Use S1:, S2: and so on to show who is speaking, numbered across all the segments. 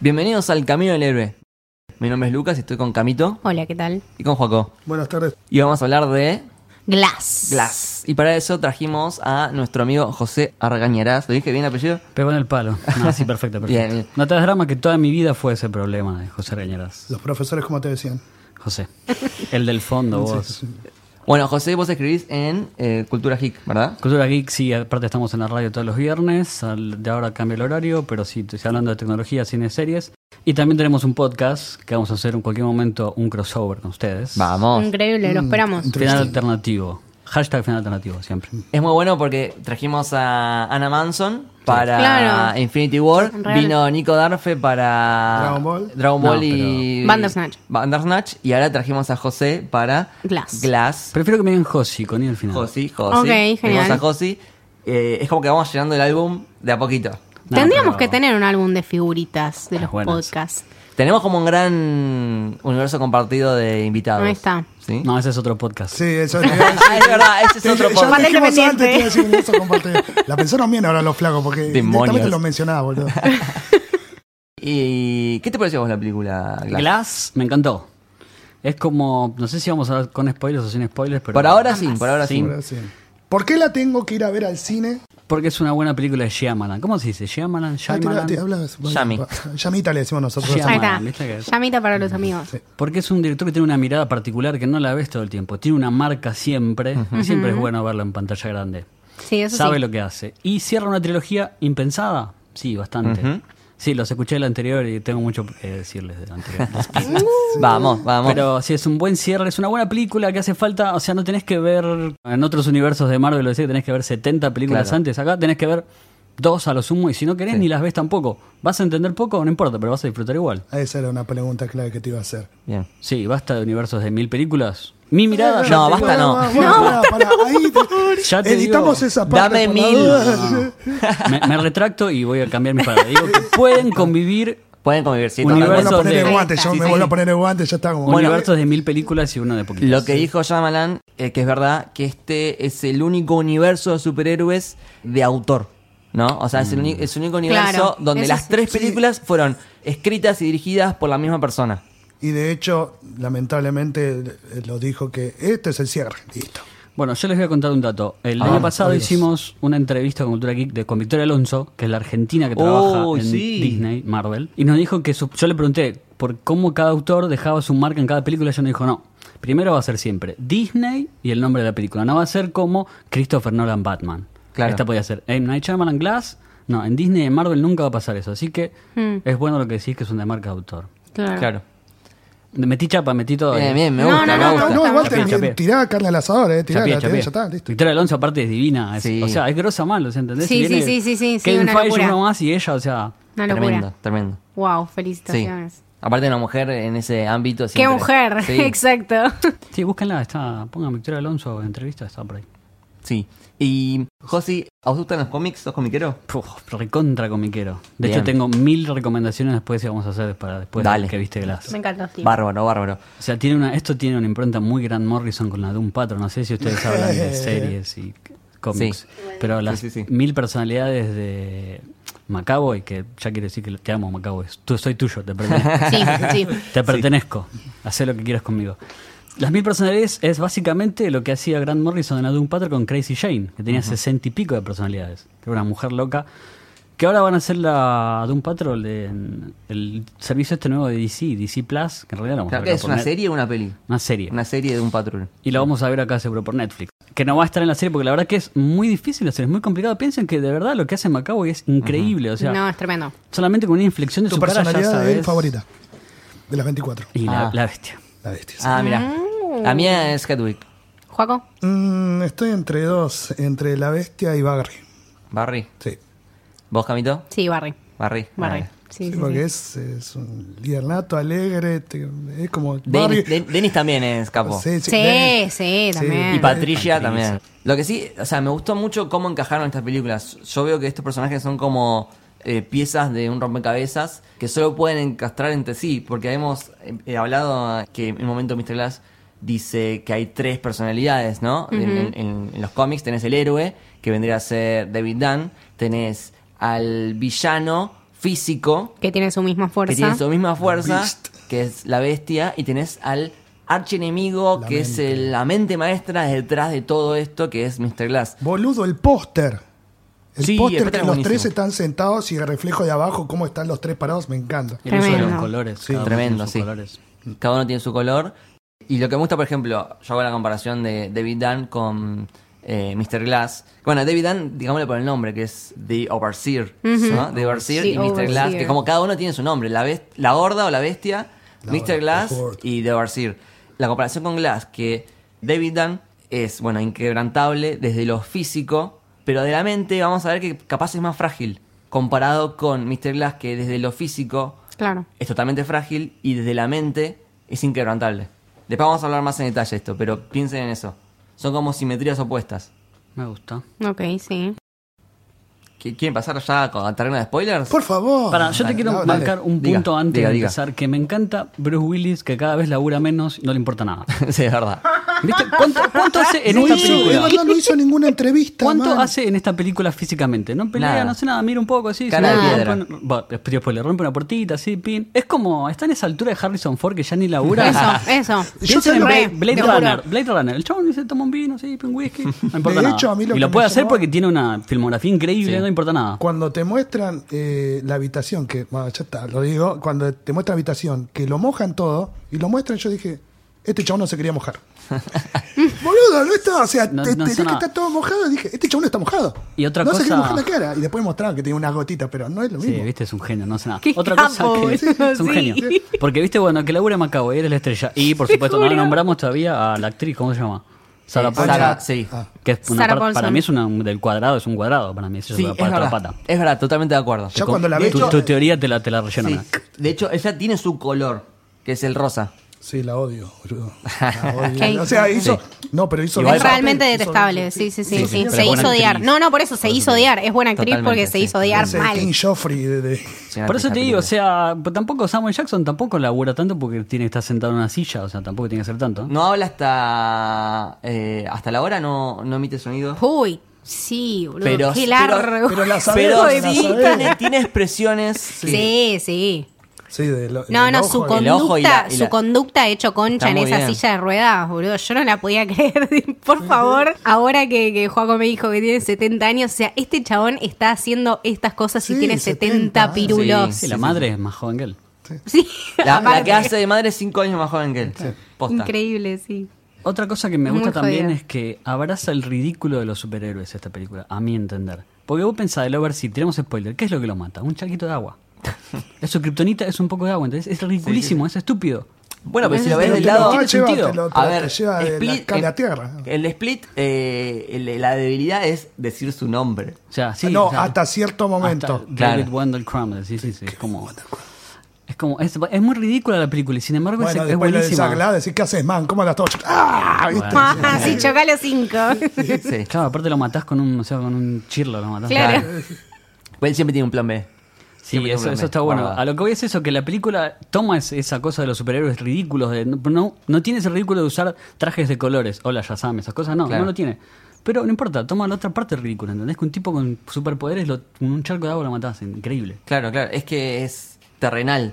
S1: Bienvenidos al Camino del Héroe. Mi nombre es Lucas y estoy con Camito
S2: Hola, ¿qué tal?
S1: y con Joaco.
S3: Buenas tardes.
S1: Y vamos a hablar de
S2: Glass.
S1: Glass. Y para eso trajimos a nuestro amigo José Argañarás. ¿Lo dije bien el apellido?
S4: Pegó en el palo. No, sí, perfecto, perfecto.
S1: Bien, bien.
S4: No te das drama que toda mi vida fue ese problema de José Reñeras.
S3: Los profesores, como te decían.
S4: José. El del fondo, vos.
S1: Bueno, José, vos escribís en eh, Cultura Geek, ¿verdad?
S4: Cultura Geek, sí, aparte estamos en la radio todos los viernes. al- de ahora cambia el horario, pero sí, estoy hablando de tecnología, cine, series. Y también tenemos un podcast que vamos a hacer en cualquier momento un crossover con ustedes.
S1: Vamos.
S2: Oh. Increíble, lo esperamos.
S4: Final alternativo. Hashtag final alternativo, siempre.
S1: Es muy bueno porque trajimos a Anna Manson para
S2: Claro.
S1: Infinity War.
S2: Real.
S1: Vino Nico Darfe para
S3: Dragon Ball.
S1: Dragon
S4: No,
S1: Ball y.
S2: pero- Bandersnatch.
S1: Bandersnatch. Y ahora trajimos a José para
S2: Glass.
S1: Glass.
S4: Prefiero que me digan Josi con I al final.
S1: Josi, Josi.
S2: Ok, genial.
S1: Trajimos a Josi. Eh, es como que vamos llenando el álbum de a poquito.
S4: No,
S2: Tendríamos
S4: pero-
S2: que tener un álbum de figuritas de los
S4: buenas.
S2: podcasts.
S1: Tenemos como un gran universo compartido de invitados.
S2: Ahí está.
S1: ¿Sí?
S4: No, ese es otro podcast.
S3: Sí, eso es.
S1: Ah, es verdad, ese es otro
S3: ya
S1: podcast.
S3: lo
S2: Patente
S3: dijimos antes, te iba a
S2: pendiente.
S3: decir, no se comparte. La pensaron bien ahora los flacos, porque
S1: Demonios.
S3: directamente los mencionaba, boludo.
S1: ¿Y qué te pareció a vos la película Glass?
S4: Glass. me encantó. Es como, no sé si vamos a hablar con spoilers o sin spoilers, pero...
S1: Por ahora sí, por ahora sí.
S3: Ahora sí. ¿Por qué la tengo que ir a ver al cine?
S4: Porque es una buena película de Shyamalan. ¿Cómo se dice? Shyamalan,
S3: Ah, te la-
S4: Shyamalan.
S3: te hablas-
S1: Yami.
S3: Yamita le decimos nosotros.
S4: Yami.
S2: Ahí
S4: Llamada,
S2: está.
S4: ¿viste que es?
S2: Llamita para los amigos.
S3: Sí.
S4: Porque es un director que tiene una mirada particular que no la ves todo el tiempo. Tiene una marca siempre. Y siempre es bueno verlo en pantalla grande.
S2: Sí, eso
S4: Sabe
S2: sí.
S4: lo que hace. Y cierra una trilogía impensada. Sí, bastante. Sí, los escuché el anterior y tengo mucho que decirles del anterior.
S1: Vamos, vamos.
S4: Pero sí, es un buen cierre, es una buena película que hace falta. O sea, no tenés que ver en otros universos de Marvel, lo decía que tenés que ver 70 películas
S1: Claro.
S4: antes. Acá tenés que ver dos a lo sumo y si no querés
S1: Sí.
S4: ni las ves tampoco. ¿Vas a entender poco? No importa, pero vas a disfrutar igual.
S3: Esa era una pregunta clave que te iba a hacer.
S1: Bien.
S4: Sí, basta de universos de mil películas. Mi mirada.
S1: No,
S4: ya te
S1: basta
S4: digo-
S1: no.
S3: Pará, pará, pará, ahí te-
S4: Ya te
S3: Editamos
S4: digo,
S3: esa parte.
S1: dame
S3: por la
S1: mil.
S3: duda.
S4: Me, me retracto y voy a cambiar mi palabra. Digo que pueden convivir
S1: Pueden convivir, sí,
S3: Me vuelvo
S4: Universo
S3: a
S1: totalmente.
S3: poner el
S4: de-
S3: guante, yo
S1: Sí,
S3: me
S1: sí.
S3: vuelvo a poner el guante, ya está como.
S4: universos de mil películas y uno de poquitos.
S1: Lo que dijo Shyamalan, eh, que es verdad, que este es el único universo de superhéroes de autor, ¿no? O sea, es el, uni- es el único universo
S2: Claro,
S1: donde
S2: eso
S1: las
S2: sí.
S1: tres
S3: Sí.
S1: películas fueron escritas y dirigidas por la misma persona.
S3: Y de hecho, lamentablemente, eh, lo dijo que este es el cierre. Listo.
S4: Bueno, yo les voy a contar un dato. El
S3: Ah,
S4: año pasado
S3: por Dios.
S4: hicimos una entrevista con Cultura Geek de, con Victoria Alonso, que es la argentina que trabaja
S1: Uy,
S4: en
S1: Oh, sí.
S4: Disney, Marvel, y nos dijo que su- yo le pregunté por cómo cada autor dejaba su marca en cada película, y ella nos dijo no. Primero va a ser siempre Disney y el nombre de la película. No va a ser como Christopher Nolan Batman.
S1: Claro.
S4: Esta podía ser M. Night Shyamalan Glass. No, en Disney y en Marvel nunca va a pasar eso. Así que
S2: Mm.
S4: es bueno lo que decís que es una marca de autor.
S2: Claro.
S1: Claro.
S4: Metí chapa, metí todo. eh.
S1: Bien,
S4: ahí.
S1: bien, me
S2: No,
S1: gusta,
S2: no,
S1: me
S2: no,
S1: gusta.
S2: no,
S3: No, igual
S4: Chapé,
S3: te-
S4: chapé.
S3: tirá carne al asador, eh. Tirá,
S4: Chapea,
S3: la tirá,
S4: chapea.
S3: ya está, listo.
S4: Victoria Alonso aparte es divina, es-
S1: Sí.
S4: o sea, es grosa mal, o sea, ¿entendés?
S2: Sí,
S4: Y
S2: sí,
S4: viene
S2: sí, sí, sí, sí,
S4: Kevin
S2: una
S4: Feige,
S2: locura.
S4: uno más y ella, o sea,
S2: Una locura.
S1: Tremendo, tremendo.
S2: Wow,
S1: Sí.
S2: felicitaciones.
S1: Aparte de una mujer en ese ámbito.
S2: Qué
S1: siempre-
S2: mujer,
S1: Sí.
S2: exacto.
S4: sí, búsquenla, está, pongan Victoria Alonso en entrevista, está por ahí.
S1: Sí. Y, Josi, ¿a vos te gustan los cómics? ¿Sos comiquero?
S4: Puf, recontra comiquero. De
S1: Bien.
S4: hecho, tengo mil recomendaciones después que vamos a hacer para después
S1: Dale.
S4: de que viste Glass.
S2: Me encantó, tío.
S1: Bárbaro, bárbaro.
S4: O sea, tiene una, esto tiene una impronta muy gran Morrison con la de un patrón. No sé si ustedes hablan de series y c- cómics, pero las
S1: Sí, sí, sí.
S4: mil personalidades de Macaboy, que ya quiere decir que te amo, Macaboy, tú, soy tuyo, te pertenezco.
S2: Sí, sí.
S4: Te pertenezco. Haz lo que quieras conmigo. Las mil personalidades es básicamente lo que hacía Grant Morrison en la Doom Patrol con Crazy Jane, que tenía sesenta y pico de personalidades. Era una mujer loca. Que ahora van a hacer la Doom Patrol de- en el servicio este nuevo de DC, DC Plus, que en realidad lo vamos a
S1: Claro,
S4: ver
S1: ¿qué ¿Es
S4: por
S1: una
S4: net-
S1: serie o una peli?
S4: Una serie.
S1: Una serie de un patrón.
S4: Y la vamos a ver acá seguro por Netflix. Que no va a estar en la serie porque la verdad que es muy difícil hacer, es muy complicado. Piensen que de verdad lo que hace Macaboy es increíble. O sea,
S2: no, es tremendo.
S4: solamente con una inflexión de
S3: Tu
S4: su cara ya
S3: personalidad es
S4: sabes.
S3: favorita. De las 24.
S4: Y la-
S1: Ah.
S4: la bestia.
S3: La bestia. sí.
S1: Ah, mira.
S2: Mm.
S1: La mía es Hedwig.
S2: Juaco,
S3: Mm, estoy entre dos, entre la bestia y Bagri.
S1: Barry.
S3: Sí.
S1: ¿Vos, Camito?
S2: sí, Barry.
S1: Barry.
S2: Barry.
S1: Ah.
S2: Sí, sí,
S3: Sí,
S2: sí.
S3: porque es, es un líder nato, alegre, te- es como Barry.
S1: Dennis, Den- Dennis también es capo.
S3: Sí, sí,
S2: Sí,
S3: Dennis.
S2: sí, también.
S1: Y Patricia
S4: Patricia.
S1: también. Lo que sí, o sea, me gustó mucho cómo encajaron estas películas. Yo veo que estos personajes son como eh, piezas de un rompecabezas que solo pueden encastrar entre sí, porque hemos eh, eh, hablado que en un momento Mr. Glass dice que hay tres personalidades, ¿no? En- en, en- en los cómics tenés el héroe, que vendría a ser David Dunn, tenés al villano físico
S2: Que tiene su misma fuerza.
S1: que tiene su misma fuerza,
S3: Beast.
S1: que es la bestia, y tenés al archienemigo,
S3: La
S1: que es
S3: mente.
S1: el- la mente maestra detrás de todo esto, que es Mr. Glass.
S3: Boludo, el póster. El
S1: Sí, el
S3: póster
S1: póster
S3: que
S1: es
S3: los tres
S1: buenísimo.
S3: están sentados y el reflejo de abajo, cómo están los tres parados, me encanta.
S4: El uso de los
S2: Tremendo.
S4: colores.
S3: Sí,
S4: cada uno tiene
S1: Tremendo,
S4: sus
S1: sí.
S4: colores.
S1: Cada uno tiene su color. Y lo que me gusta, por ejemplo, yo hago la comparación de David Dunn con eh, Mr. Glass. Bueno, David Dunn, digámoslo por el nombre, que es The Overseer. ¿no? The Overseer
S2: The
S1: y Mr. Glass,
S2: Overseer.
S1: que como cada uno tiene su nombre. La, bes- la horda o la bestia,
S3: La
S1: Mr.
S3: Horda,
S1: Glass
S3: The Horde.
S1: y The Overseer. La comparación con Glass, que David Dunn es, bueno, inquebrantable desde lo físico, pero de la mente vamos a ver que capaz es más frágil comparado con Mr. Glass, que desde lo físico
S2: Claro.
S1: es totalmente frágil y desde la mente es inquebrantable. Después vamos a hablar más en detalle de esto, pero piensen en eso. Son como simetrías opuestas.
S4: Me gusta.
S2: Ok, sí.
S1: ¿Qui- ¿Quieren pasar ya con- a terreno de spoilers?
S3: Por favor.
S4: Para, yo te quiero
S3: Dale, dale.
S4: marcar un punto
S1: Diga,
S4: antes
S1: diga,
S4: de
S1: diga.
S4: empezar que me encanta Bruce Willis que cada vez labura menos y no le importa nada.
S1: sí, es verdad.
S4: ¿Viste? ¿Cuánto, cuánto hace en
S3: No
S4: esta
S3: hizo, es
S4: película?
S3: verdad, no hizo ninguna entrevista.
S4: ¿Cuánto
S3: man.
S4: hace en esta película físicamente? No pelea,
S1: Nada.
S4: no hace nada, mira un poco así.
S1: Cara
S4: se
S2: de
S4: rompe
S1: piedra.
S4: un- va, es pequeño spoiler, rompe una puertita así, pin. Es como, está en esa altura de Harrison Ford que ya ni labura.
S2: Eso, eso.
S3: Yo
S4: Piensen en
S3: soy
S4: Blade,
S2: re-
S4: Blade
S2: de
S4: Runner,
S2: laburar.
S4: Blade Runner. El chabón dice, toma un vino, sí, pin whisky. No importa
S3: De
S4: nada.
S3: hecho, a mí lo
S4: y
S3: que
S4: lo
S3: me
S4: puede hacer
S3: llamó-
S4: porque tiene una filmografía increíble,
S1: Sí.
S4: no importa nada.
S3: Cuando te muestran eh, la habitación, que bueno, ya está, lo digo, cuando te muestran la habitación, que lo mojan todo y lo muestran, yo dije, este chabón no se quería mojar. Boludo, no está, o sea,
S4: No-
S3: te,
S4: no
S3: tenés
S4: hizo
S3: que
S4: nada.
S3: está todo mojado, dije, este chabón no está mojado.
S4: Y otra
S3: no se quería
S4: cosa-
S3: mojar la cara. Y después mostraron que tenía unas gotitas, pero no es lo
S4: Sí,
S3: mismo.
S4: viste, es un genio, no hace nada.
S2: Qué
S4: Otra
S2: capo,
S4: cosa que
S2: boludo,
S4: es un
S2: sí.
S4: genio. Porque viste, bueno, que labura Macabo, eres la estrella. Y por supuesto, no
S2: juro.
S4: nombramos todavía a la actriz, ¿cómo se llama? Sarah
S1: Eh,
S4: Paulson.
S1: Sarah, sí.
S3: Ah.
S4: Que es una
S2: Sara
S4: par- para
S2: Paulson.
S4: mí es una del cuadrado, es un cuadrado para mí, es,
S1: Sí,
S4: otra-
S1: es
S4: para otra
S1: verdad.
S4: pata.
S1: Es verdad, totalmente de acuerdo.
S3: Yo cuando la
S1: de
S3: vi-
S1: hecho,
S4: Tu, tu teoría te la, te la relleno.
S1: sí.
S4: mira.
S1: De hecho, ella tiene su color, que es el rosa.
S3: Sí, la odio, boludo. La odio.
S2: ¿Qué
S3: O sea,
S1: hizo?
S3: hizo. No, pero hizo.
S1: Igual-
S2: Es
S1: Hizo-
S2: realmente detestable. Sí, sí, sí.
S4: Sí,
S2: sí,
S4: sí, pero
S2: Se
S4: buena
S2: hizo odiar.
S4: actriz.
S2: No, no, por eso se hizo odiar. Es buena actriz
S1: Totalmente,
S2: porque se
S1: sí.
S2: hizo odiar
S1: Es
S2: mal.
S3: King Joffrey de- de-
S4: Por eso te digo, o sea, p- tampoco Samuel Jackson tampoco labura tanto porque tiene que estar sentado en una silla, o sea, tampoco tiene que hacer tanto.
S1: No habla hasta. eh, hasta la hora, no, no emite sonido.
S2: Uy, sí, boludo.
S1: Pero-
S2: qué
S1: pero-
S2: largo.
S3: pero la sabés,
S1: Pero
S3: Hijo de
S1: sí,
S3: puta.
S1: tiene, tiene expresiones.
S2: Sí, sí.
S3: Sí, de lo-
S2: No,
S3: del
S2: no,
S3: ojo
S2: su
S3: y-
S1: con- El ojo y la-
S2: conducta,
S1: y la-
S2: su conducta hecho concha
S1: Está
S2: en
S1: muy
S2: esa
S1: bien.
S2: silla de ruedas, boludo. Yo no la podía creer. Por favor, ahora que, que Joaco me dijo que tiene 70 años, o sea, este chabón está haciendo estas cosas y
S3: Sí,
S2: tiene
S3: 70
S2: 70
S3: años.
S2: pirulos.
S4: Sí,
S2: Sí,
S4: la madre es más joven que él.
S1: La, la
S2: aparte.
S1: que hace de madre es 5 años más joven que él. Posta.
S2: Increíble, sí.
S4: Otra cosa que me
S2: Muy
S4: gusta también
S2: jodida.
S4: es que abraza el ridículo de los superhéroes esta película, a mi entender. Porque vos pensás, el Overseer, tenemos spoiler, ¿qué es lo que lo mata? Un charquito de agua. Es su kriptonita, es un poco de agua, entonces es ridiculísimo, es estúpido.
S1: Bueno, pero si lo
S4: Es
S1: ves
S4: de-
S1: del
S4: te lo
S1: lado.
S4: va a llevar,
S1: sentido.
S4: te
S3: lo- te
S1: a
S3: lo-
S1: ver,
S3: te lleva de la
S1: Split-
S3: calle a
S1: el-
S3: tierra.
S1: El, split, eh, el- la debilidad es decir su nombre.
S4: O sea, sí,
S3: no,
S4: o sea,
S3: hasta cierto momento.
S4: hasta David
S1: Claro.
S4: Wendell Crumble, sí, sí, sí. Es como. Es como. Es, es muy ridícula la película y sin embargo es-
S3: Bueno,
S4: es,
S3: después le decís a
S4: buenísima.
S3: Glad, decís, ¿qué haces, man? ¿Cómo andas todo? ¡Ah! ¿Viste?
S2: Ah, sí, choca los cinco.
S1: Sí.
S4: Claro, aparte lo matás con un, o sea, con un chirlo, lo matás.
S2: Claro.
S1: Pues él siempre tiene un plan B.
S4: Sí,
S1: Siempre tiene un
S4: eso,
S1: plan
S4: eso
S1: B,
S4: está bueno.
S1: guardado.
S4: A lo que voy es eso, que la película toma es- esa cosa de los superhéroes ridículos. De, no- no, no tiene ese ridículo de usar trajes de colores. Hola, Yazam, esas cosas no,
S1: Claro.
S4: no lo tiene. Pero no importa, toma la otra parte ridícula, ¿entendés? Que un tipo con superpoderes, lo, con un charco de agua lo matás, increíble.
S1: Claro, claro. Es que es terrenal.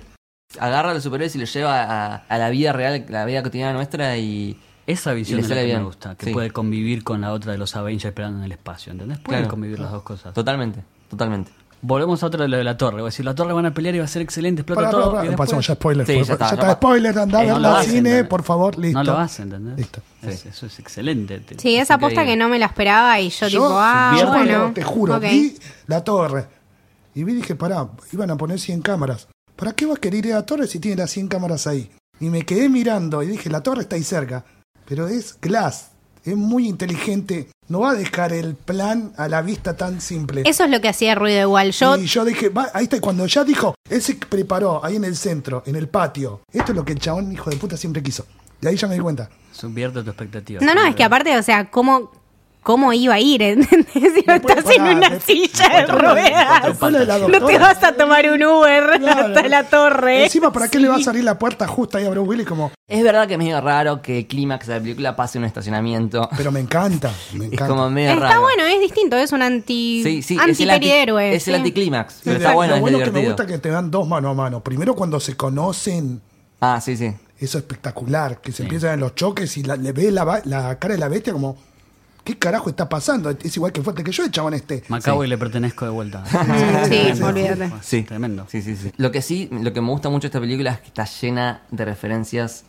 S1: Agarra a los superhéroes y los lleva a, a la vida real, la vida cotidiana nuestra y.
S4: Esa visión
S1: le
S4: es la
S1: sale
S4: que
S1: bien.
S4: me gusta, que
S1: Sí.
S4: puede convivir con la otra de los Avengers esperando en el espacio, ¿entendés? Pueden
S1: Claro.
S4: convivir las dos cosas.
S1: Totalmente, totalmente.
S4: Volvemos a otra de lo de la torre. Voy a decir, la torre van a pelear y va a ser excelente, explota
S3: Pará,
S4: todo.
S3: pará, pará.
S4: y después-
S3: Pasamos ya spoiler.
S1: Sí,
S3: por-
S1: ya está,
S3: ya
S1: ya
S3: está,
S1: pa-
S3: spoiler, andá a
S1: Eh, no
S3: verla
S1: lo
S3: al
S1: hacen,
S3: cine,
S4: ¿entendés?
S3: por favor, listo.
S4: No lo hace, ¿entendés?
S3: Listo.
S4: Es- Eso es excelente. Te-
S2: Sí, esa aposta que no me la esperaba y yo, tipo, ah,
S4: yo
S2: bueno.
S3: cuando, te juro,
S2: ok.
S3: vi la torre y vi, dije, pará, iban a poner 100 cámaras. ¿Para qué vas a querer ir a la torre si tiene las 100 cámaras ahí? Y me quedé mirando y dije, la torre está ahí cerca. Pero es Glass, es muy inteligente, no va a dejar el plan a la vista tan simple.
S2: Eso es lo que hacía ruido igual. Yo
S3: Y yo dije, va, ahí está, y cuando ya dijo, él se preparó ahí en el centro, en el patio. Esto es lo que el chabón, hijo de puta, siempre quiso. Y ahí ya me di cuenta.
S4: Subvierte tu expectativa.
S2: No, no, es que aparte, o sea, cómo ¿Cómo iba a ir? ¿Entendés? Si no
S3: puede
S2: estás en
S3: parar,
S2: una
S3: después-
S2: silla de ruedas.
S3: Después la de la
S2: No te
S3: doctora.
S2: vas a tomar un Uber
S3: Claro.
S2: hasta la torre.
S3: Encima, ¿para qué le va a salir la puerta justa ahí a Bruce Willis? Como,
S1: Es verdad que es medio raro que el clímax de la película pase en un estacionamiento.
S3: pero me encanta, me
S1: Es
S3: encanta.
S1: como medio
S2: Está
S1: raro.
S2: bueno, es distinto, es un anti,
S1: Sí, sí, es el, anti-
S2: antihéroe.
S1: es el anticlímax. Pero
S3: Sí,
S1: está
S3: lo-
S1: bueno,
S3: lo
S1: es
S3: bueno que me
S1: divertido.
S3: gusta que te dan dos mano a mano. Primero cuando se conocen,
S1: Ah, sí, sí.
S3: eso es espectacular, que se empiezan los choques y la- le ve la, ba- la cara de la bestia como, ¿qué carajo está pasando? Es igual que fuerte que yo el chabón este.
S4: Macabo y le pertenezco de vuelta.
S2: Sí, olvídate.
S1: Sí.
S4: Tremendo.
S1: Sí, sí, sí. Lo que sí, lo que me gusta mucho de esta película es que está llena de referencias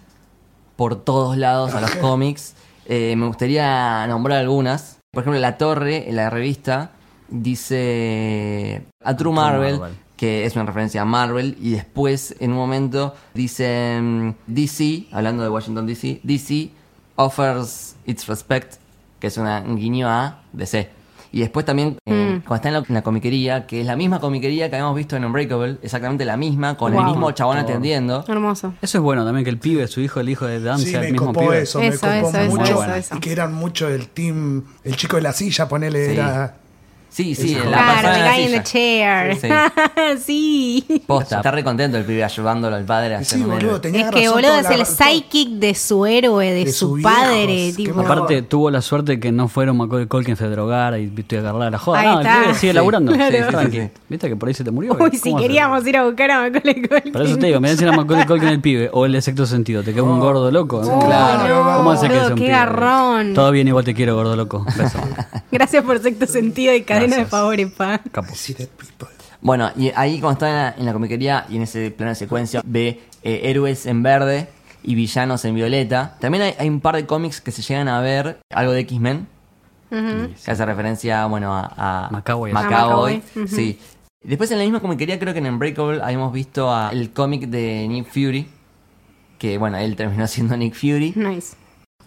S1: por todos lados a los cómics. Eh, me gustaría nombrar algunas. Por ejemplo, La Torre, en la revista, dice a True Marvel,
S4: Marvel.
S1: que es una referencia a Marvel, y después, en un momento, dice mm, DC, hablando de Washington DC, DC offers its respect, que es una, un guiño a DC. Y después también,
S2: Mm.
S1: eh, cuando está en la, en la comiquería, que es la misma comiquería que habíamos visto en Unbreakable, exactamente la misma, con el
S2: Wow.
S1: mismo chabón atendiendo.
S2: Hermoso.
S4: Eso es bueno también, que el pibe, su hijo, el hijo de Dan,
S3: Sí,
S4: sea el
S3: me
S4: mismo
S3: copó
S4: pibe.
S3: eso, me
S2: Eso,
S3: copó
S2: eso, eso,
S3: mucho.
S2: eso, eso.
S3: Y que eran mucho el team, el chico de la silla, ponele,
S1: Sí.
S3: era...
S1: Sí, sí,
S4: Esa
S1: la
S4: joda.
S1: persona
S2: claro,
S1: en
S2: the
S1: la
S2: guy in the
S1: silla. Sí.
S2: chair. Sí.
S1: Posta, está re contento el pibe ayudándolo al padre a hacer
S3: Sí,
S1: un
S3: boludo,
S1: héroe.
S3: tenía
S2: Es que,
S3: razón
S2: boludo,
S3: toda
S2: es
S3: la-
S2: el
S3: toda-
S2: psychic de su héroe, de,
S3: De
S2: su
S3: su
S2: padre.
S3: viejos, qué
S2: tipo.
S3: bárbaro.
S4: Aparte, tuvo la suerte que no fueron Macaulay Culkin se drogara y viste agarrar la joda.
S2: Ahí
S4: no,
S2: está.
S4: el pibe sigue
S1: Sí,
S4: laburando.
S1: claro.
S4: Sí,
S1: Sí, sí,
S4: tranqui.
S1: sí.
S4: Viste que por ahí se te murió.
S2: Uy,
S4: ¿Cómo
S2: si
S4: vas a-
S2: queríamos ir a buscar a Macaulay Culkin.
S4: Por eso te digo, me decían a Macaulay Culkin el pibe o el de sexto sentido. Te quedó un gordo loco. ¿no?
S2: Oh,
S3: Claro,
S2: no,
S4: ¿Cómo hace que
S2: boludo,
S4: sea un
S2: qué
S4: pibe?
S2: garrón.
S4: Todo bien, igual te quiero, gordo loco. Beso.
S2: Gracias por sexto sentido y cadena de
S4: Gracias.
S2: favores, pa.
S4: Capo.
S3: Sí, de people.
S1: Bueno, y ahí cuando está en la, en la comiquería y en ese plano de secuencia ve eh, héroes en verde y villanos en violeta. También hay, hay un par de cómics que se llegan a ver, algo de X-Men, que hace referencia, bueno, a... a
S4: Macaboy.
S1: Macaboy,
S4: A
S2: Macaboy, ujú.
S1: sí. Después en la misma comiquería creo que en Unbreakable habíamos visto a el cómic de Nick Fury, que bueno, él terminó siendo Nick Fury.
S2: Nice.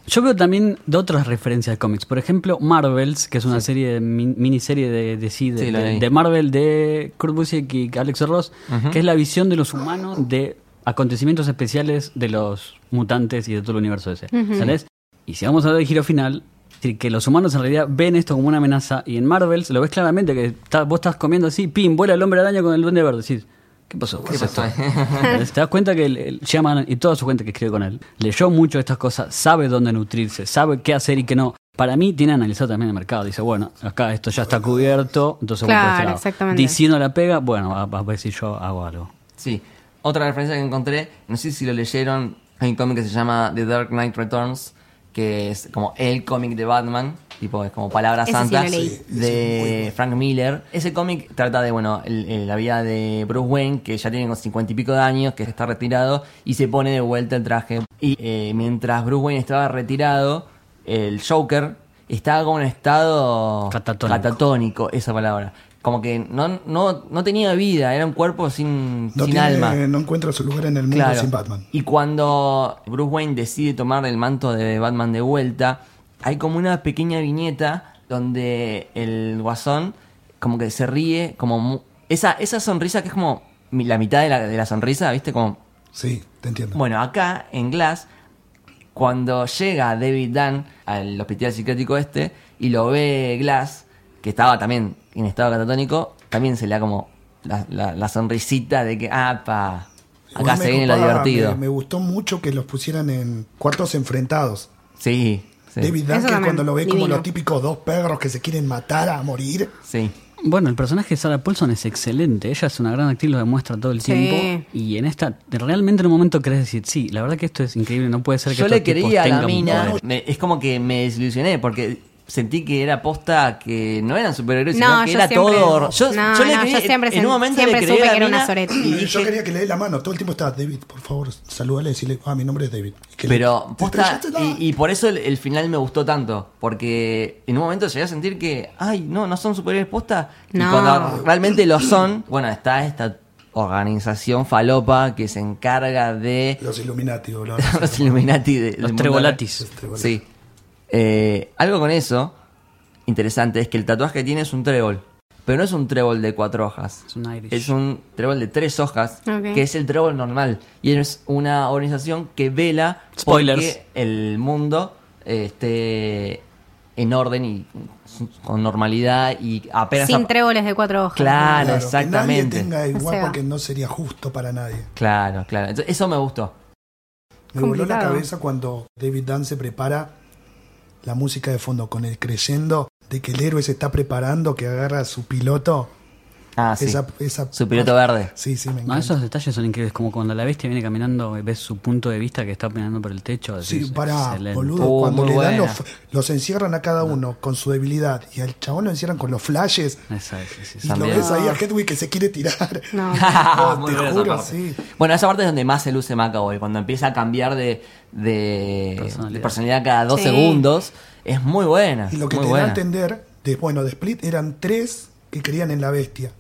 S4: Yo veo también de otras referencias de cómics. Por ejemplo, Marvels, que es una serie de min- miniserie de, de, sí, de-
S1: Sí, la
S4: de-
S1: leí.
S4: de Marvel de Kurt Busiek y Alex Ross, que es la visión de los humanos de acontecimientos especiales de los mutantes y de todo el universo ese. ¿Sabes? Y si vamos a ver el giro final, es decir, que los humanos en realidad ven esto como una amenaza y en Marvels lo ves claramente que está- vos estás comiendo así, pim, vuela el hombre araña con el duende verde. Decís, ¿qué pasó? ¿Qué, pasó? Entonces, Te das cuenta que el, el Shyamalan y toda su gente que escribe con él leyó mucho de estas cosas, sabe dónde nutrirse, sabe qué hacer y qué no. Para mí tiene analizado también el mercado. Dice, bueno, acá esto ya está cubierto, entonces voy por
S2: Claro,
S4: este lado.
S2: exactamente.
S4: Y si no la pega, bueno, a, a ver si yo hago algo.
S1: Sí. Otra referencia que encontré, no sé si lo leyeron, hay un cómic que se llama The Dark Knight Returns, que es como el cómic de Batman, tipo es como palabra
S2: Ese sí
S1: santa,
S2: lo leí.
S1: de Frank Miller. Ese cómic trata de, bueno, el- el- la vida de Bruce Wayne, que ya tiene con cincuenta y pico de años, que está retirado, y se pone de vuelta el traje. Y eh, mientras Bruce Wayne estaba retirado, el Joker estaba como en estado
S4: Catatónico.
S1: catatónico, esa palabra. Como que no, no, no tenía vida, era un cuerpo sin,
S3: No,
S1: sin
S3: tiene-
S1: alma.
S3: no encuentra su lugar en el mundo
S1: Claro.
S3: sin Batman.
S1: Y cuando Bruce Wayne decide tomar el manto de Batman de vuelta, hay como una pequeña viñeta donde el guasón como que se ríe, como mu- esa, esa sonrisa que es como mi- la mitad de la, de la sonrisa, ¿viste? Como,
S3: Sí, te entiendo.
S1: bueno, acá en Glass, cuando llega David Dunn al hospital psiquiátrico este y lo ve Glass, que estaba también en estado catatónico, también se le da como la, la- la sonrisita de que, ah, pa, acá
S3: Igual
S1: se
S3: me
S1: viene lo
S3: copaba,
S1: divertido.
S3: Me, me gustó mucho que los pusieran en cuartos enfrentados.
S1: Sí, sí.
S3: David
S2: Eso
S3: Dunn, que
S2: también,
S3: cuando lo ve como
S2: divino.
S3: los típicos dos perros que se quieren matar a morir.
S1: Sí.
S4: Bueno, el personaje de Sarah Paulson es excelente. Ella es una gran actriz, lo demuestra todo el
S2: Sí.
S4: tiempo. Y en esta, realmente en un momento querés decir, sí, la verdad que esto es increíble, no puede ser que
S1: Yo
S4: estos
S1: le
S4: tipos
S1: quería a la
S4: tengan
S1: mina.
S4: poder.
S1: me- es como que me desilusioné porque sentí que era posta que no eran superhéroes,
S2: No,
S1: sino que
S2: yo
S1: era
S2: siempre-
S1: todo. Yo,
S2: no,
S1: yo le
S2: no,
S1: creí-
S2: yo siempre
S1: en
S2: sen-
S1: un momento
S2: siempre
S1: le creí
S2: supe
S1: a la
S2: que era una
S1: mina,
S2: sorete.
S1: y
S3: Y
S1: dije,
S3: yo quería que le dé la mano. Todo el tiempo estaba, David, por favor, saludale y decirle, ah, mi nombre es David. Y que le-
S1: Pero
S3: te
S1: posta,
S3: estrellaste, no.
S1: y, y por eso el, el final me gustó tanto. Porque en un momento llegué a sentir que, ay, no, no son superhéroes posta.
S2: No.
S1: Y cuando realmente lo son, bueno, está esta organización falopa que se encarga de
S3: Los Illuminati, boludo.
S1: los Illuminati de- del mundo
S4: Trebolatis.
S1: real. Sí. Eh, algo con eso, interesante, es que el tatuaje que tiene es un trébol. Pero no es un trébol de cuatro hojas.
S4: Es un Irish.
S1: Es un trébol de tres hojas,
S2: Ok.
S1: que es el trébol normal. Y es una organización que vela
S4: Spoilers.
S1: porque el mundo eh, esté en orden y con normalidad y apenas...
S2: Sin
S1: ap-
S2: tréboles de cuatro hojas.
S1: Claro,
S3: Claro,
S1: exactamente.
S3: Que nadie tenga igual
S2: O sea.
S3: porque no sería justo para nadie.
S1: Claro, claro. Entonces, eso me gustó.
S3: Me voló la
S2: Complicado.
S3: cabeza cuando David Dunn se prepara la música de fondo con el creyendo de que el héroe se está preparando, que agarra a su piloto.
S1: Ah, sí.
S3: Esa, esa-
S1: Su piloto verde.
S3: Sí, sí, me
S4: No,
S3: encanta.
S4: Ah, esos detalles son increíbles. Como cuando la bestia viene caminando y ves su punto de vista que está mirando por el techo.
S3: Sí,
S4: decís,
S3: pará,
S4: excelente.
S3: boludo,
S1: Oh,
S3: cuando
S1: muy
S3: le dan
S1: buena. Ah.
S3: los, los encierran a cada uno con su debilidad y al chabón lo encierran con los flashes
S4: Esa, sí, sí,
S3: y
S4: sí.
S3: lo
S1: Ah, También.
S3: ves ahí a Hedwig que se quiere tirar.
S2: Ah. No.
S3: No,
S1: Ah, Muy
S3: Oh, te
S1: buena esa
S3: juro,
S1: parte.
S3: sí.
S1: Bueno, esa parte es donde más se luce Macaboy, cuando empieza a cambiar de, de- de personalidad.
S4: Personalidad.
S1: cada dos
S2: Sí.
S1: segundos. Es muy buena.
S3: Y lo que
S1: Ah, muy
S3: te da a
S1: buena.
S3: entender, de, bueno, de Split eran tres que creían en la bestia.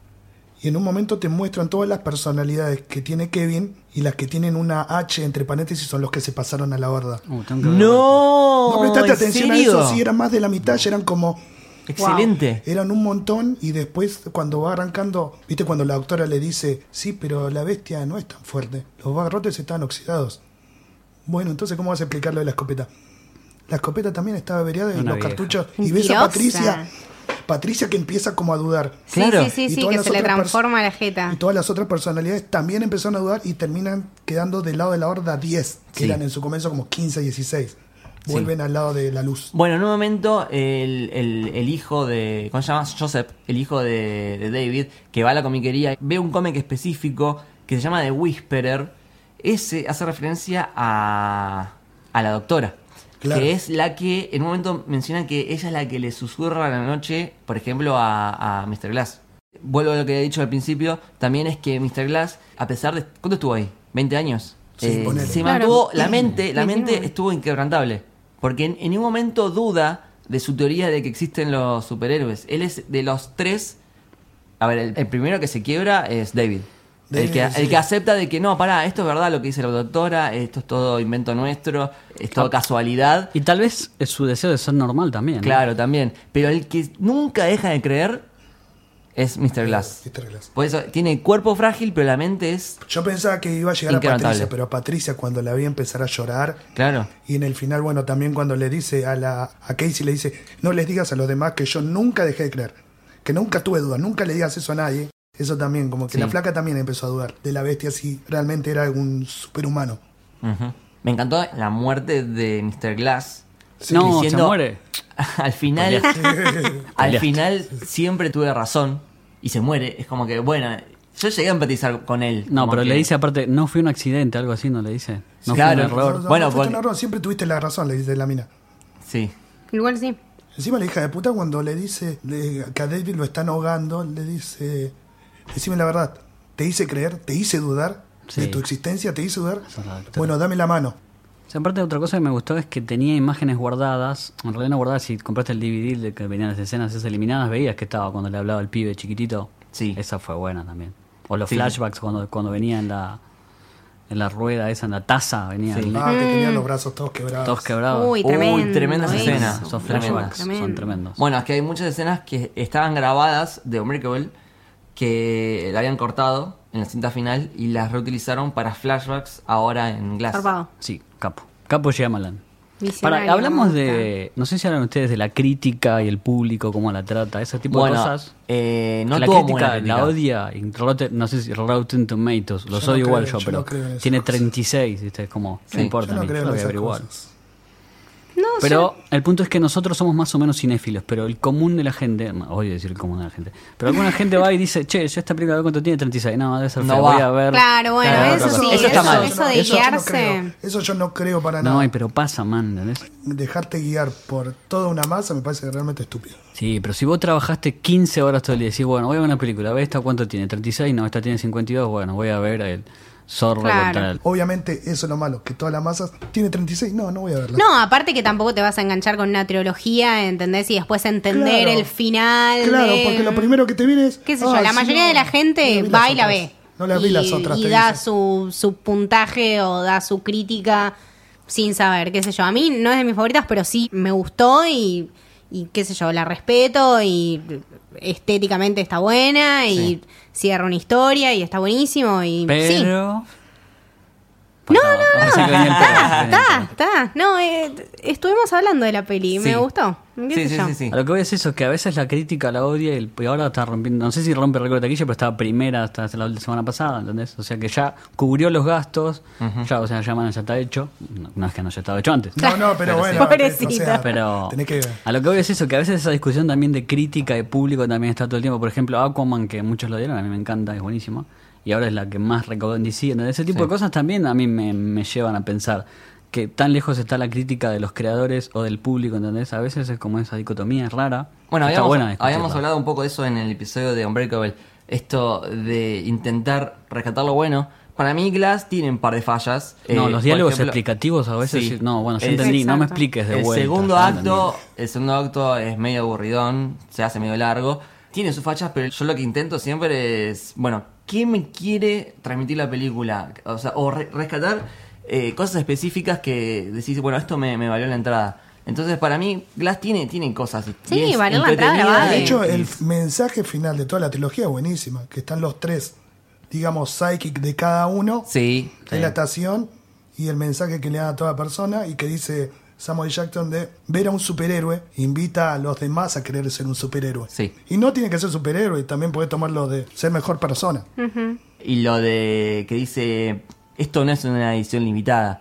S3: Y en un momento te muestran todas las personalidades que tiene Kevin y las que tienen una H entre paréntesis son los que se pasaron a la horda.
S4: Uh, tengo que ver.
S1: No,
S3: No prestaste
S1: Oh, ¿en
S3: atención
S1: serio?
S3: a eso, si eran más de la mitad, ya eran como
S1: Excelente.
S3: Eran un montón y después cuando va arrancando, viste cuando la doctora le dice, sí, pero la bestia no es tan fuerte, los barrotes están oxidados. Bueno, entonces ¿cómo vas a explicar lo de la escopeta? La escopeta también estaba averiada y
S4: Una
S3: los
S4: vieja.
S3: cartuchos. Y ves
S2: Mentirosa.
S3: a Patricia, Patricia que empieza como a dudar.
S2: Sí,
S1: Claro.
S2: sí, sí,
S3: Y
S2: sí,
S3: todas
S2: que
S3: las
S2: se le
S3: otras perso-
S2: transforma la jeta.
S3: Y todas las otras personalidades también empezaron a dudar y terminan quedando del lado de la horda 10, que
S1: Sí.
S3: eran en su comienzo como 15, 16. Vuelven al lado de la luz.
S1: Bueno, en un momento el, el- el hijo de... ¿Cómo se llama? Joseph, el hijo de, de David, que va a la comiquería, ve un cómic específico que se llama The Whisperer. Ese hace referencia a, a la doctora.
S3: Claro.
S1: Que es la que en un momento menciona que ella es la que le susurra a la noche, por ejemplo, a, a Mr. Glass. Vuelvo a lo que he dicho al principio, también es que Mr. Glass, a pesar de... ¿Cuánto estuvo ahí? ¿20 años? Eh,
S3: Sí, ponele.
S1: se
S2: Claro.
S1: mantuvo la mente, la
S2: 29.
S1: mente estuvo inquebrantable. Porque en, en ningún momento duda de su teoría de que existen los superhéroes. Él es de los tres. A ver, el, el primero que se quiebra es David. el,
S3: David,
S1: que,
S3: sí.
S1: el que acepta de que no, pará, esto es verdad lo que dice la doctora, esto es todo invento nuestro, es
S3: Ah.
S1: todo casualidad.
S4: Y tal vez es su deseo de ser normal también. ¿eh?
S1: Claro, también. Pero el que nunca deja de creer es Mr. Glass.
S3: Y te arreglas.
S1: Por eso tiene cuerpo frágil, pero la mente es.
S3: Yo pensaba que iba a llegar a
S1: Inquebrantable.
S3: Patricia, pero a Patricia cuando la vi empezar a llorar
S1: Claro.
S3: y en el final, bueno, también cuando le dice a la a Casey le dice, "No les digas a los demás que yo nunca dejé de creer, que nunca tuve dudas, nunca le digas eso a nadie." Eso también, como que
S1: Sí.
S3: la flaca también empezó a dudar de la bestia si realmente era un superhumano.
S1: Ujú. Me encantó la muerte de Mr. Glass.
S4: No, se muere.
S1: Al final, al final siempre tuve razón y se muere. Es como que, bueno, yo llegué a empatizar con él.
S4: No,
S1: como
S4: pero le
S1: que-
S4: dice aparte, no fue un accidente, algo así, no le dice. No
S1: Claro.
S4: fue un error.
S1: Bueno,
S3: bueno,
S1: porque-
S3: siempre tuviste la razón, le dice la mina.
S1: Sí.
S2: Igual sí.
S3: Encima la hija de puta cuando le dice le- que a David lo están ahogando, le dice, decime la verdad, ¿te hice creer? ¿Te hice dudar? ¿De
S4: Sí.
S3: tu existencia te hice dudar?
S4: Esa es la doctora.
S3: Bueno, dame la mano.
S4: O sea, aparte otra cosa que me gustó es que tenía imágenes guardadas, en realidad no guardadas, si compraste el DVD de que venían las escenas esas eliminadas, veías que estaba cuando le hablaba al pibe chiquitito.
S1: Sí.
S4: Esa fue buena también. O los
S1: Sí.
S4: flashbacks cuando, cuando venía en la, en la rueda esa, en la taza, venía
S1: Sí.
S4: el-
S3: Ah, que
S2: Mm.
S3: tenía los brazos todos quebrados.
S4: todos quebrados.
S2: Uy,
S1: Uy,
S2: tremendo. ¿eh?
S1: tremendas
S2: eso.
S1: escenas.
S4: Son
S1: Tremendas.
S4: flashbacks, son tremendos.
S1: Bueno, es que hay muchas escenas que estaban grabadas de Unbreakable que la habían cortado en la cinta final y las reutilizaron para flashbacks ahora en Glass.
S2: Zarpado.
S4: Sí, capo. Capo Shyamalan.
S2: Visionario,
S4: Para, hablamos
S2: me gusta.
S4: de, no sé si hablan ustedes de la crítica y el público, cómo la trata, ese tipo
S1: Bueno,
S4: de cosas.
S1: eh, no
S4: Que la
S1: tuvo
S4: crítica,
S1: buena crítica.
S4: la odia, y Rotten- no sé si Rotten Tomatoes, los
S3: Yo no
S4: odio igual
S3: creo,
S4: yo,
S3: yo
S4: pero
S3: no creo en esas
S4: tiene
S3: cosas.
S4: 36, ¿viste? es como,
S1: Sí,
S4: no
S3: Yo
S4: importa,
S3: no
S4: a mí,
S3: creo
S4: yo
S3: en
S4: voy a
S3: esas
S4: ver igual.
S3: cosas.
S2: No,
S4: Pero el punto es que nosotros somos más o menos cinéfilos, pero el común de la gente, odio decir el común de la gente, pero alguna gente va y dice, che, yo esta película a ver cuánto tiene 36, no, debe ser
S1: No
S4: fea,
S1: va.
S4: voy a ver.
S2: Claro, bueno,
S1: Claro,
S2: eso
S1: claro.
S2: sí.
S1: Eso está mal.
S2: Eso de
S3: yo no
S2: guiarse.
S3: creo. Eso yo no creo para
S4: No,
S3: nada.
S4: y pero pasa, man, ¿entendés?
S3: Dejarte guiar por toda una masa me parece realmente estúpido.
S4: Sí, pero si vos trabajaste 15 horas todo el día y decís, bueno, voy a ver una película, ¿ve esta cuánto tiene? 36, no, esta tiene 52, bueno, voy a ver el zorro
S2: Claro.
S4: contra el...
S3: Obviamente, eso es lo malo, que toda la masa tiene 36. No, no voy a verla.
S2: No, aparte que tampoco te vas a enganchar con una trilogía, ¿entendés? Y después entender
S3: Claro.
S2: el final.
S3: Claro,
S2: de-
S3: porque lo primero que te viene es.
S2: Qué sé
S3: "Ah,
S2: yo, la
S3: sí,
S2: mayoría
S3: no,
S2: de la gente
S3: no vi
S2: va
S3: las
S2: y la
S3: otras".
S2: ve.
S3: No la vi
S2: y,
S3: las otras.
S2: Y
S3: te
S2: da
S3: dicen.
S2: su, su puntaje o da su crítica sin saber, qué sé yo. A mí no es de mis favoritas, pero sí me gustó y, y qué sé yo, la respeto y estéticamente está buena y
S1: Sí.
S2: cierra una historia y está buenísimo. Y sí,
S4: Pero
S2: No,
S4: Faltaba. Pensé que venía el perro,
S2: Está,
S4: pensé que venía el
S2: está,
S4: perro.
S2: está. No, eh, estuvimos hablando de la peli,
S1: Sí.
S2: me gustó. ¿Qué
S1: Sí,
S2: sé
S1: sí,
S2: yo?
S1: sí, sí.
S4: A lo que voy es eso, que a veces la crítica la odia y, el- y ahora está rompiendo, no sé si rompe el récord de taquilla, pero estaba primera hasta, hasta la semana pasada, ¿entendés? O sea que ya cubrió los gastos, ya, o sea, ya, bueno, ya está hecho, no, no es que no haya estado hecho antes.
S3: No, no, pero bueno.
S2: Pobrecita.
S3: o sea,
S4: Pero
S3: Tenés que
S4: a lo que voy es eso, que a veces esa discusión también de crítica de público también está todo el tiempo. Por ejemplo, Aquaman, que muchos lo dieron, a mí me encanta, es buenísimo. Y ahora es la que más recaudó en DC. Entonces, ese tipo de cosas también a mí me, me llevan a pensar que tan lejos está la crítica de los creadores o del público, ¿entendés? A veces es como esa dicotomía, es rara.
S1: Bueno,
S4: Está
S1: habíamos,
S4: buena discutirla.
S1: habíamos hablado un poco de eso en el episodio de Unbreakable. Esto de intentar rescatar lo bueno. Para mí, Glass tiene un par de fallas.
S4: No,
S1: Eh,
S4: los
S1: por
S4: diálogos
S1: ejemplo-
S4: explicativos a veces...
S1: Sí. Eh,
S4: No, bueno, yo
S1: El-
S4: entendí, no me
S2: Exacto.
S4: expliques de
S1: el
S4: vuelta.
S1: segundo
S4: yo
S1: acto el segundo acto es medio aburridón se hace medio largo tiene sus fachas pero yo lo que intento siempre es bueno qué me quiere transmitir la película o sea o re- rescatar eh, cosas específicas que decís bueno esto me, me valió la entrada entonces para mí Glass tiene tiene cosas y-
S2: Sí,
S1: y es
S2: valió la entrada, la
S1: entretenida
S2: vale.
S3: De
S1: y-
S3: hecho,
S1: y-
S3: el f- mensaje final de toda la trilogía es buenísima, que están los tres, digamos, psychic de cada uno.
S1: sí,
S3: Hay la estación y el mensaje que le da a toda persona y que dice Samuel Jackson de ver a un superhéroe invita a los demás a querer ser un superhéroe.
S1: Sí.
S3: Y no tiene que ser superhéroe, también puede tomarlo de ser mejor persona.
S1: Y lo de que dice, esto no es una edición limitada.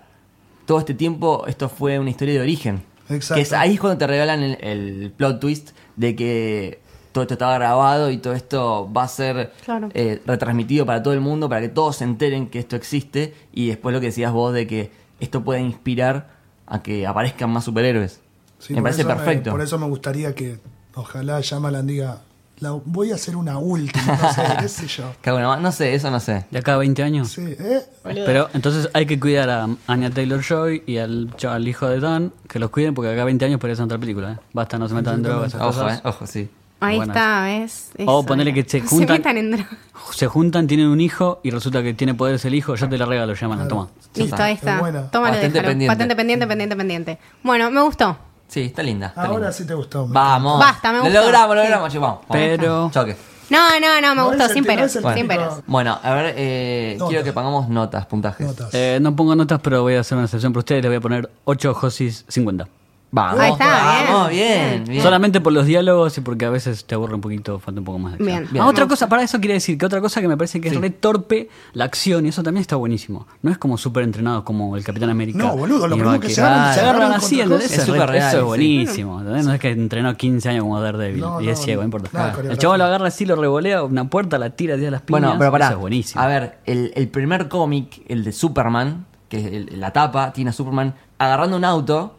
S1: Todo este tiempo esto fue una historia de origen.
S3: Exacto.
S1: Que es ahí es cuando te regalan el, el plot twist de que todo esto estaba grabado y todo esto va a ser
S2: Claro.
S1: eh, retransmitido para todo el mundo, para que todos se enteren que esto existe. Y después lo que decías vos de que esto puede inspirar a que aparezcan más superhéroes.
S3: Sí,
S1: me
S3: por
S1: parece
S3: eso
S1: perfecto.
S3: por eso me gustaría que ojalá Yamalan diga, "La- voy a hacer una última, no sé, qué sé yo.
S1: Cago en la ma- no sé, eso no sé.
S4: De acá a 20 años.
S3: Sí, ¿eh?
S4: Pero entonces hay que cuidar a Anya Taylor Joy y al, cha- al hijo de Dan, que los cuiden porque acá a 20 años puede ser otra película. ¿eh? Basta, no se metan en drogas. esas
S1: Ojo,
S4: cosas.
S1: eh, ojo, sí.
S2: Ahí
S4: Buenas.
S2: está, ¿ves?
S4: O
S2: Eso
S4: ponele
S2: era.
S4: que se
S2: No
S4: juntan-
S2: metan en droga.
S4: Se juntan, tienen un hijo y resulta que tiene poderes el hijo. Ya te la regalo, llaman, toma.
S1: Ya
S2: Listo,
S1: está.
S2: ahí
S3: Es
S2: está.
S3: buena.
S2: Tómalo,
S1: Patente
S2: déjalo.
S1: pendiente.
S2: Patente pendiente, pendiente, pendiente. Bueno, me gustó.
S1: Sí, está linda. está
S3: Ahora
S1: linda.
S3: sí te gustó.
S1: Vamos.
S2: Basta, me
S1: Lo
S2: gustó.
S1: logramos, lo
S2: Sí.
S1: logramos, chicos. Vamos, vamos.
S4: Pero-
S1: Choque.
S2: No, no, no, me
S3: No
S2: gustó,
S3: es el
S2: sin
S3: ti- no
S2: peros.
S3: es el
S2: sin
S3: típico-
S2: peros.
S1: Bueno, a ver, eh,
S3: Notas.
S1: quiero que pongamos notas, puntajes.
S3: Notas.
S4: Eh, no pongo notas, pero voy a hacer una excepción para ustedes. Les voy a poner 8 Josis 50.
S1: Vamos,
S2: Ahí está,
S1: vamos,
S2: bien.
S1: bien, bien.
S4: Solamente por los diálogos y porque a veces te aburre un poquito, falta un poco más de acción.
S2: Bien. Bien.
S4: Ah, otra
S2: Me
S4: cosa, para eso quiere decir que otra cosa que me parece que es re torpe la acción y eso también está buenísimo. No es como súper entrenado como el Capitán América.
S3: No, boludo, lo
S4: Y
S3: primero
S4: va
S3: que
S1: que
S3: se agarran,
S1: va,
S3: se
S4: Se agarran
S3: agarran
S4: así,
S3: contra
S4: ¿entendés?
S1: cosas.
S4: Es
S1: Es
S4: re-
S1: real,
S4: Eso es
S1: sí.
S4: buenísimo. ¿entendés? No es que entrenó 15 años como Daredevil
S3: No,
S4: y es
S3: no,
S4: ciego, no importa.
S3: nada,
S4: el
S3: coreografía.
S4: chaval lo agarra así, lo revolea, una puerta la tira, tira las piñas.
S1: bueno, pero pará.
S4: Eso es buenísimo.
S1: A ver, el, el primer cómic, el de Superman, que es el- la tapa, tiene a Superman agarrando un auto.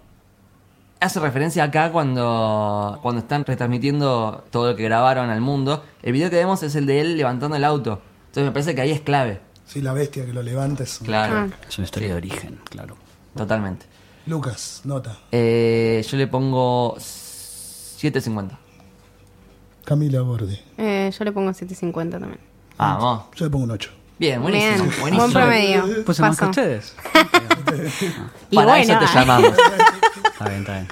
S1: Hace referencia acá cuando, cuando están retransmitiendo todo lo que grabaron al mundo. El video que vemos es el de él levantando el auto. Entonces me parece que ahí es clave.
S3: Sí, la bestia que lo levantes.
S1: Claro,
S4: Es una historia de origen, claro.
S1: totalmente.
S3: Lucas, nota.
S1: Eh, yo le pongo 7.50.
S3: Camila Bordi.
S2: Eh, yo le pongo 750 también.
S1: Vamos.
S3: Yo le pongo un 8.
S1: Bien, buenísimo.
S2: Bien,
S1: buenísimo.
S2: buen promedio.
S4: Puse más que
S2: Pasó.
S4: ustedes.
S2: Y
S1: Para
S2: bueno,
S1: eso te
S2: ah.
S1: llamamos.
S4: Está bien, está bien.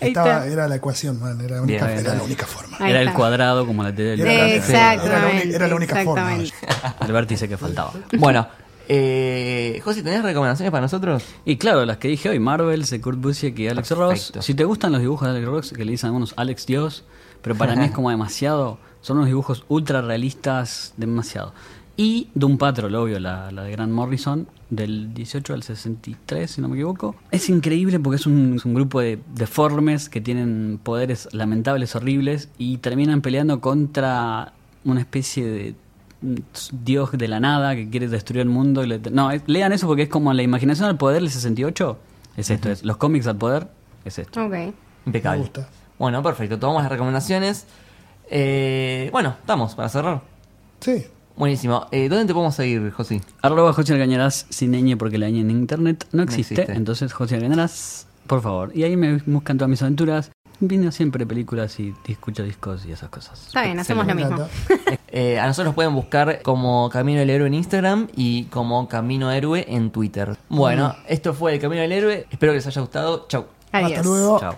S3: Estaba, era la ecuación, man. Era, la única-
S1: Bien,
S3: era
S1: bien.
S3: la única forma.
S2: Ahí
S4: Era el
S2: está.
S4: cuadrado como la teoría del
S3: Era la-
S2: Exactamente.
S3: era la única- era la única forma.
S2: exactamente.
S4: El vértice que faltaba.
S1: bueno, eh, José, ¿tenés recomendaciones para nosotros?
S4: Y claro, las que dije hoy, Marvel, de Kurt Busiek y Alex Ross.
S1: Perfecto.
S4: Si te gustan los dibujos de Alex Ross, que le dicen algunos Alex Dios, pero para mí es como demasiado. Son unos dibujos ultra realistas, demasiado. Y Doom Patrol, obvio, la, la de Grant Morrison, del 18 al 63, si no me equivoco. Es increíble porque es un, es un grupo de deformes que tienen poderes lamentables, horribles, y terminan peleando contra una especie de Dios de la nada que quiere destruir el mundo. y le- No, es- lean eso porque es como la imaginación al poder del 68. Es esto, es los cómics al poder. Es esto.
S2: Ok.
S1: Impecable.
S3: Me gusta.
S1: Bueno, perfecto. Tomamos las recomendaciones. Eh, bueno, estamos para cerrar.
S3: Sí.
S1: Buenísimo. Eh, ¿Dónde te podemos seguir, José?
S4: Arroba José Algañarás sin ñ porque la ñ en internet no existe.
S1: existe.
S4: Entonces, José Algañarás, por favor. Y ahí me buscan todas mis aventuras. Vino siempre películas y escucho discos y esas cosas.
S2: Está bien, hacemos lo
S3: Me
S2: mismo.
S3: encanta.
S1: Eh, a nosotros nos pueden buscar como Camino del Héroe en Instagram y como Camino Héroe en Twitter. Bueno, esto fue el Camino del Héroe. Espero que les haya gustado. Chau.
S2: Adiós.
S3: Hasta luego.
S1: Chau.